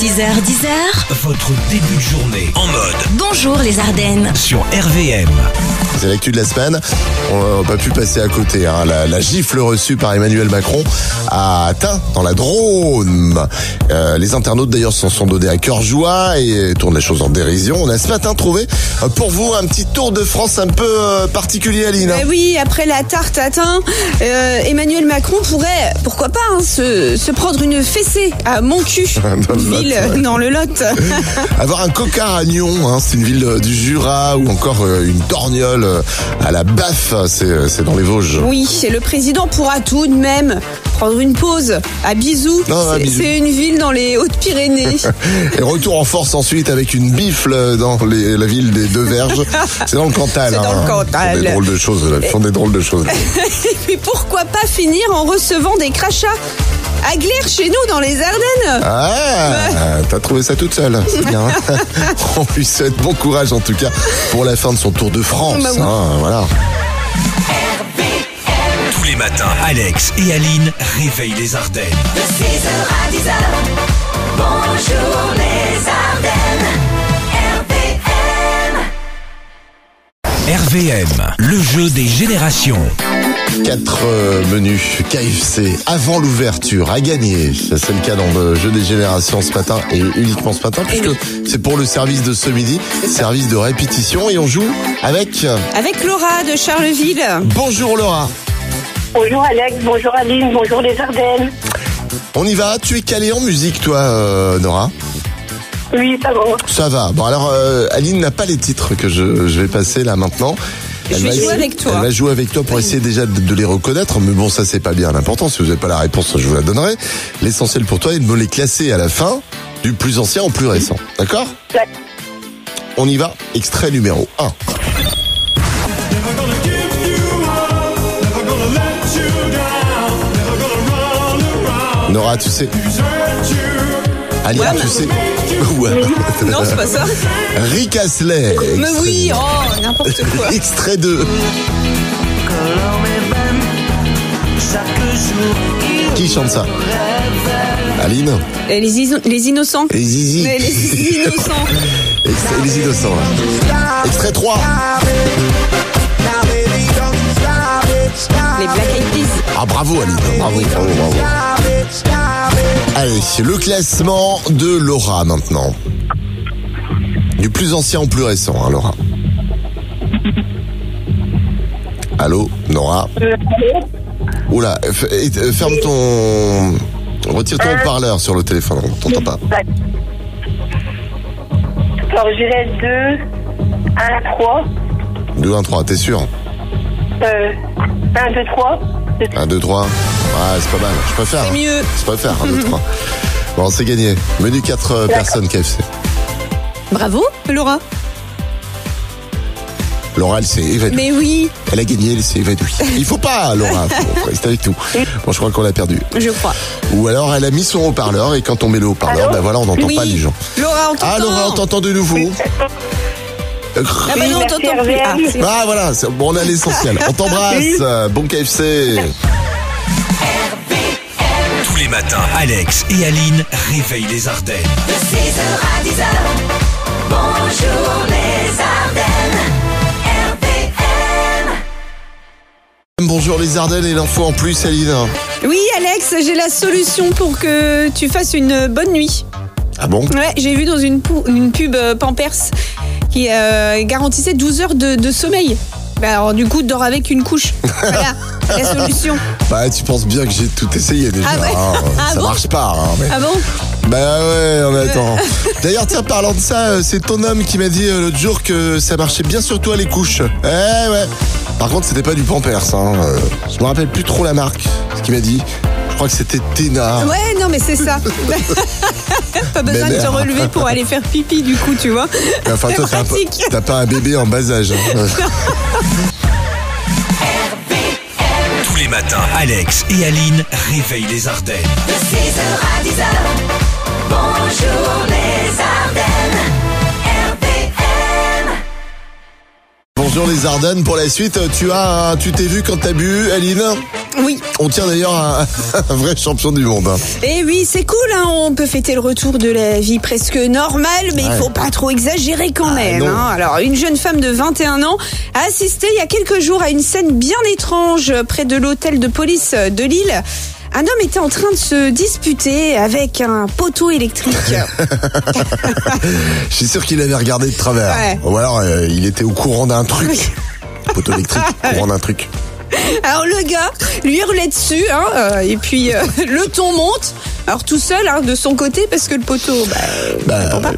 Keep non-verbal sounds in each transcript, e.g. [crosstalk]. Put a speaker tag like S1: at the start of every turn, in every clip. S1: 6h10h,
S2: Votre début de journée en mode
S1: bonjour les Ardennes.
S2: sur RVM.
S3: C'est l'actu de la semaine. On n'a pas pu passer à côté. hein. La, la gifle reçue par Emmanuel Macron à Tain, dans la Drôme. Euh, les internautes d'ailleurs s'en sont donnés à cœur joie et tournent la chose en dérision. On a ce matin trouvé euh, pour vous un petit tour de France un peu euh, particulier, Aline. hein.
S4: Eh oui, après la tarte à thym, euh, Emmanuel Macron pourrait, pourquoi pas, hein, se, se prendre une fessée à Moncu,
S3: [laughs] Dans le Lot,
S4: ville
S3: ouais.
S4: dans
S3: [laughs]
S4: le Lot.
S3: Avoir un coquard à Nyon, hein, c'est une ville euh, du Jura, ou encore euh, une torgnole euh, à la Baffe, c'est c'est dans les Vosges.
S4: oui, et le président pourra tout de même prendre une pause à Bisou.
S3: Non, à
S4: C'est-
S3: Bisou.
S4: C'est une ville dans
S3: [laughs]
S4: les Hautes-Pyrénées.
S3: Et retour en force ensuite avec une bifle dans les- la ville des Deux Verges. C'est dans le Cantal.
S4: C'est dans
S3: hein.
S4: le Cantal.
S3: Ils font des drôles de choses. là. Ils font des drôles de choses. là.
S4: et puis pourquoi pas finir en recevant des crachats à Glaire chez nous dans les Ardennes
S3: Ah, t'as trouvé ça toute seule. C'est bien. hein. On lui souhaite bon courage en tout cas pour la fin de son Tour de France.
S4: Bah oui.
S3: hein, voilà.
S2: Tous les matins, Alex et Aline réveillent les Ardennes.
S5: Bonjour les Ardennes, RPM.
S2: RVM, le jeu des générations.
S3: Quatre euh, menus KFC avant l'ouverture à gagner. Ça, C'est le cas dans le jeu des générations ce matin et uniquement ce matin puisque c'est pour le service de ce midi, service de répétition et on joue avec. euh,
S4: Avec Laura de Charleville.
S3: Bonjour Laura.
S6: Bonjour Alex, bonjour Aline, bonjour les Ardennes.
S3: On y va, tu es calé en musique toi euh, Nora
S6: Oui, ça va.
S3: Ça va. Bon alors euh, Aline n'a pas les titres que je, je vais passer là maintenant.
S4: Je vais
S3: va
S4: jouer
S3: essayer-
S4: avec toi.
S3: Elle va jouer avec toi pour essayer déjà de, de les reconnaître. Mais bon, ça c'est pas bien l'important. Si vous n'avez pas la réponse, je vous la donnerai. L'essentiel pour toi est de me les classer à la fin, du plus ancien au plus récent. D'accord
S6: Ouais.
S3: On y va. Extrait numéro 1.
S7: Never gonna give you up, never gonna let you down, never gonna run around,
S3: Nora, tu sais.
S7: desert you.
S3: Aline,
S4: Ouais.
S3: tu sais. [laughs] Ouais.
S4: Non,
S3: [laughs]
S4: c'est pas ça.
S3: Rick Astley.
S4: Mais
S3: extrait
S4: oui, oh, n'importe
S3: [laughs]
S4: quoi.
S3: Extrait 2. Qui chante ça Aline
S4: Et les, iso- les innocents.
S3: Et Zizi
S4: Mais les innocents.
S3: Extrait- Les innocents, là. Extrait 3.
S4: Les Black Eyed Peas.
S3: Ah, bravo, Aline. Bravo, bravo, bravo. Allez, le classement de Laura, maintenant. Du plus ancien au plus récent, hein, Laura. Allô, Nora
S4: Euh,
S3: Oula, f- et- euh, ferme ton... Retire
S4: Euh.
S3: ton haut-parleur sur le téléphone, on t'entend pas.
S6: Alors j'irai 2, 1 à 3,
S3: 2, 1, 3, t'es sûr
S6: Euh, 1, 2, 3.
S3: 1, 2, 3. Ah, c'est pas mal. Je préfère.
S4: C'est mieux.
S3: Je préfère. 1, 2,
S4: [laughs]
S3: 3. Bon, c'est gagné. Menu 4 personnes KFC.
S4: Bravo, Laura.
S3: Laura, elle s'est évanouie.
S4: Mais oui,
S3: Elle a gagné, elle s'est évanouie. Il faut pas, Laura. Faut
S4: [laughs]
S3: rester avec nous. Bon, je crois qu'on l'a perdu.
S4: je crois.
S3: Ou alors, elle a mis son haut-parleur et quand on met le haut-parleur, ben voilà, on n'entend
S4: oui.
S3: pas les gens.
S4: Laura, on t'entend.
S3: Ah, Laura, on t'entend de nouveau. Euh,
S4: Ah bah non, on t'entend plus. Ah, c'est-
S3: Ah, voilà. c'est- Bon, on a l'essentiel. On t'embrasse. Euh, Bon KFC.
S2: Tous les matins, Alex et Aline réveillent les Ardennes.
S5: De 6h à 10h, bonjour les Ardennes, RPM.
S3: Bonjour les Ardennes et l'info en plus, Aline.
S4: Oui, Alex, j'ai la solution pour que tu fasses une bonne nuit.
S3: Ah bon?
S4: Ouais, j'ai vu dans une, pou- une pub euh, Pampers qui euh, garantissait 12 heures de, de sommeil. Bah alors, du coup, dors avec une
S3: [laughs]
S4: couche. Voilà, la solution.
S3: Bah, tu penses bien que j'ai tout essayé déjà.
S4: Ah ouais
S3: hein.
S4: Ah
S3: ça
S4: bon
S3: marche pas. hein, mais-
S4: Ah bon
S3: Bah ouais, on
S4: [laughs]
S3: attend. D'ailleurs, tiens, parlant de ça, euh, c'est ton homme qui m'a dit euh, l'autre jour que ça marchait bien sur toi les couches. Eh ouais. Par contre, c'était pas du Pampers. Hein. euh, Je me rappelle plus trop la marque. Ce qu'il m'a dit. Je crois que c'était Ténard.
S4: Ouais, non, mais
S3: [laughs]
S4: c'est ça. Pas besoin de te
S3: Bébert.
S4: relever pour aller faire pipi, du coup, tu vois.
S3: Enfin, toi, t'as pas,
S4: pratique.
S3: t'as pas un bébé en bas âge.
S4: [laughs]
S3: hein.
S2: Tous les matins, Alex et Aline réveillent les Ardennes.
S5: De 6h à 10h, bonjour les Ardennes, RPM.
S3: euh, Bonjour les Ardennes. Pour la suite, tu as, un- tu t'es vu quand t'as bu, Aline
S4: Oui.
S3: On tient d'ailleurs un, [laughs] un vrai champion du monde. hein.
S4: Et oui, c'est cool, hein, on peut fêter le retour de la vie presque normale, mais il
S3: Ouais. Ah,
S4: faut pas trop exagérer quand même.
S3: non.
S4: hein. Alors, une jeune femme de 21 ans a assisté il y a quelques jours à une scène bien étrange près de l'hôtel de police de Lille. Un homme était en train de se disputer avec un poteau électrique.
S3: [laughs] Je suis sûr qu'il avait regardé de travers.
S4: Ouais.
S3: Ou alors, euh, il était au courant d'un truc. Poteau électrique, au courant d'un truc.
S4: Alors le gars lui hurlait dessus, hein, euh, et puis euh, [laughs] le ton monte. Alors tout seul, hein, de son côté, parce que le poteau, bah,
S3: Bah,
S4: répond pas.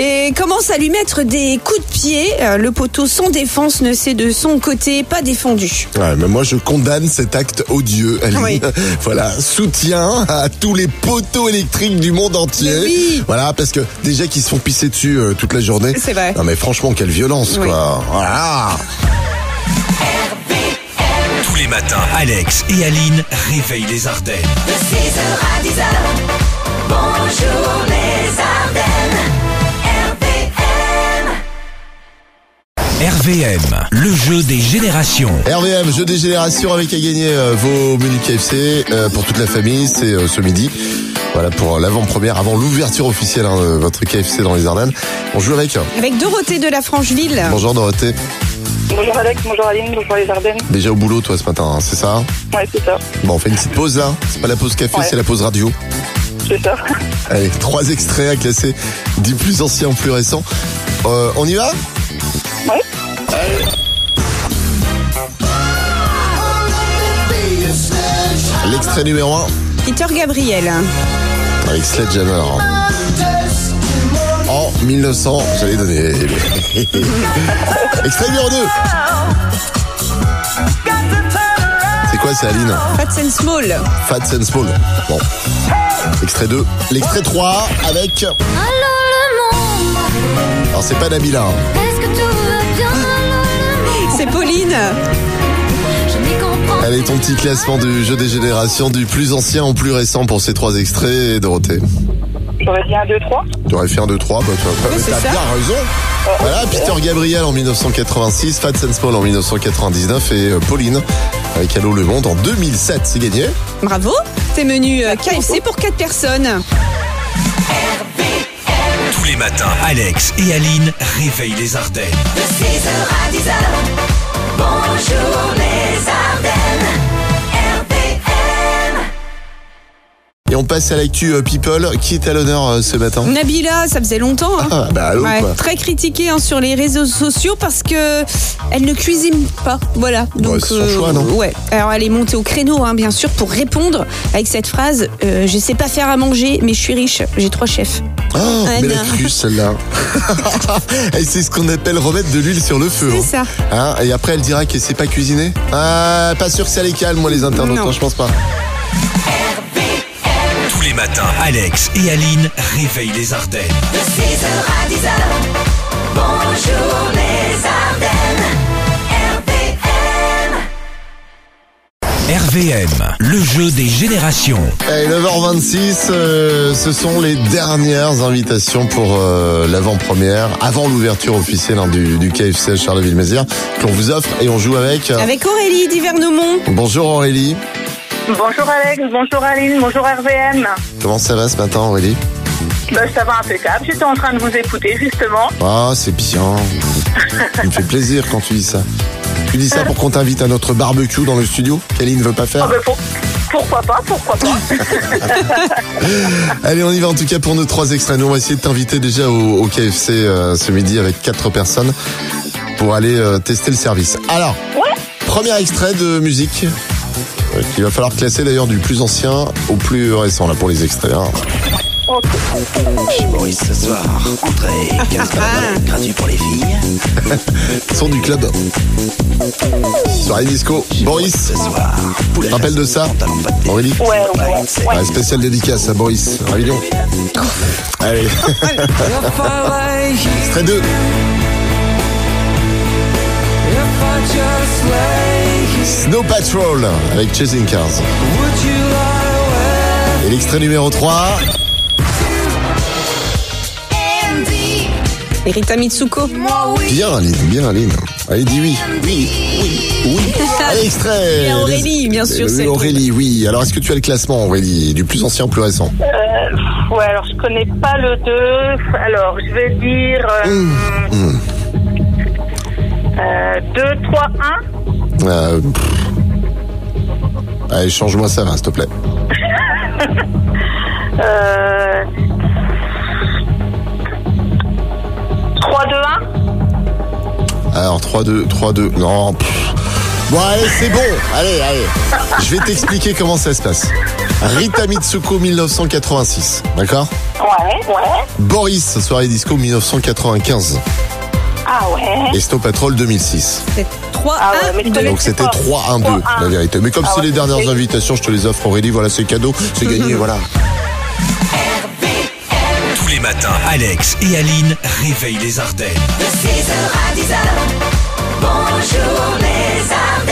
S4: Et commence à lui mettre des coups de pied. Euh, le poteau, sans défense, ne s'est de son côté pas défendu.
S3: Ouais, mais moi, je condamne cet acte odieux. Aline.
S4: Ah Oui.
S3: [laughs] voilà, soutien à tous les poteaux électriques du monde entier.
S4: Mais oui.
S3: Voilà, parce que déjà qu'ils se font pisser dessus euh, toute la journée.
S4: C'est vrai.
S3: Non, mais franchement, quelle violence,
S4: Oui.
S3: quoi. Voilà.
S2: Tous les matins, Alex et Aline réveillent les Ardennes.
S5: De 6h à 10h, bonjour les Ardennes, RPM.
S2: RVM, le jeu des générations.
S3: RVM, jeu des générations avec à gagner euh, vos menus KFC euh, pour toute la famille, c'est euh, ce midi. Voilà pour euh, l'avant-première, avant l'ouverture officielle hein, de votre KFC dans les Ardennes. On joue avec. euh,
S4: Avec Dorothée de la Francheville.
S3: Bonjour Dorothée.
S6: Bonjour Alex, bonjour Aline, bonjour les Ardennes.
S3: Déjà au boulot toi ce matin, hein, c'est ça
S6: Ouais, c'est ça,
S3: Bon, on fait une petite pause là. C'est pas la pause café,
S6: Ouais.
S3: c'est la pause radio.
S6: c'est ça. [laughs]
S3: Allez, trois extraits à classer du plus ancien au plus récent. Euh, on y va
S6: Ouais.
S3: L'extrait numéro 1
S4: Peter Gabriel.
S3: avec Sledgehammer. En 1900, j'allais donner. [laughs] Extrait numéro 2 C'est quoi, c'est Aline
S4: Fats and Small.
S3: Fat and Small. Bon. Extrait 2. L'extrait 3 avec.
S1: Allô le monde,
S3: Alors, c'est pas Nabila. hein.
S1: est-ce que tout va bien Allô le monde,
S4: C'est Pauline.
S1: je m'y comprends.
S3: Allez, ton petit classement du jeu des générations, du plus ancien au plus récent pour ces trois extraits, Dorothée.
S6: J'aurais dit un, deux, trois.
S3: Tu aurais fait un, 2, 3, bah, tu vas pas- mais
S4: c'est
S3: t'as
S4: ça.
S3: bien raison. Voilà, Peter Gabriel en 1986, Fats and Small en 1999 et euh, Pauline avec Allô le Monde en 2007, c'est gagné.
S4: Bravo. C'est menu euh, KFC pour quatre personnes.
S2: Tous les matins, Alex et Aline réveillent les Ardennes.
S5: De 6h à 10h, bonjour les Ardennes, RPM.
S3: Et on passe à l'actu euh, People. Qui est à l'honneur euh, ce matin
S4: Nabila, ça faisait longtemps. hein.
S3: Ah, bah allô
S4: Mmh. Ouais,
S3: quoi.
S4: très critiquée hein, sur les réseaux sociaux parce que elle ne cuisine pas. Voilà. Donc, euh,
S3: c'est son choix, non
S4: ouais. Alors elle est montée au créneau, hein, bien sûr, pour répondre avec cette phrase euh, Je sais pas faire à manger, mais je suis riche, j'ai trois chefs.
S3: Ah,
S4: Ah,
S3: mais la
S4: non.
S3: crue
S4: [laughs]
S3: celle-là. et c'est ce qu'on appelle remettre de l'huile sur le feu.
S4: C'est
S3: hein.
S4: ça.
S3: Hein, et après elle dira qu'elle sait pas cuisiner Ah, pas sûr que ça les calme, moi les internautes,
S4: Non.
S3: hein, je pense pas.
S2: Tous les matins, Alex et Aline réveillent les Ardennes.
S5: De 6h à 10h, bonjour les Ardennes, RPM.
S2: RVM, le jeu des générations.
S3: Allez, 9h26, euh, ce sont les dernières invitations pour euh, l'avant-première, avant l'ouverture officielle hein, du, du KFC à Charleville-Mézières, que l'on vous offre et on joue avec. euh,
S4: Avec Aurélie d'Hivernomont.
S3: Bonjour Aurélie,
S6: Bonjour Alex, bonjour Aline, bonjour RVM.
S3: comment ça va ce matin Aurélie
S6: Bah, ça va impeccable, j'étais en train de vous écouter justement.
S3: Ah, c'est bien. Il me fait plaisir quand tu dis ça. Tu dis ça pour qu'on t'invite à notre barbecue dans le studio qu'Aline ne veut pas
S6: Ah,
S3: faire
S6: bah, pour- Pourquoi pas, pourquoi pas
S3: Allez, on y va en tout cas pour nos trois extraits. Nous, on va essayer de t'inviter déjà au, au KFC euh, ce midi avec quatre personnes pour aller euh, tester le service. Alors, premier extrait de musique euh, qu'il va falloir classer d'ailleurs du plus ancien au plus récent là pour les extraits. hein.
S8: Maurice ce soir, entrée, 15 balles, gratuit pour les filles.
S3: Son du club. Soirée disco. Boris,
S8: Ce soir, poulet.
S3: rappelle de ça
S8: Pantalon pas de thé.
S3: Aurélie
S6: Ouais, ouais, ouais.
S3: Ouais, spéciale dédicace à Boris Ravillon. Allez. [laughs] Extrait 2. Snow Patrol avec Chasing Cars. Et l'extrait numéro 3.
S4: Rita Mitsuko.
S3: Bien Aline, bien Aline. Allez, dis oui. Oui, oui,
S4: [laughs]
S3: oui. Allez, extrait.
S4: Et Aurélie, bien sûr,
S3: Euh,
S4: c'est-
S3: Aurélie, oui. Alors, est-ce que tu as le classement, Aurélie, du plus ancien au plus récent
S6: Euh, pff, ouais, alors je connais pas le 2. Alors je vais dire. euh, 2, 3, 1.
S3: Euh, pff. Allez, change-moi ça, va, s'il te plaît.
S6: Euh... 3, 2, 1.
S3: Alors 3 2 3 2 non. pff. Bon allez, c'est bon. Allez, allez. Je vais t'expliquer comment ça se passe. Rita Mitsuko 1986, d'accord
S6: Ouais, ouais.
S3: Boris soirée disco 1995
S6: Ah ouais.
S3: et Stop Patrol 2006.
S4: C'est 3
S6: Ah ouais,
S4: un,
S6: mais je
S4: deux.
S6: connais-
S3: Donc c'était
S6: fort.
S3: 3 1 2
S6: 3-1.
S3: la vérité. Mais comme
S6: Ah
S3: c'est
S6: ouais,
S3: les dernières
S6: c'est-
S3: invitations, je te les offre Aurélie, voilà c'est cadeau,
S6: [laughs]
S3: c'est gagné, voilà.
S2: Tous les matins, Alex et Aline réveillent les Ardennes.
S5: De 6h à 10h, bonjour les Ardennes.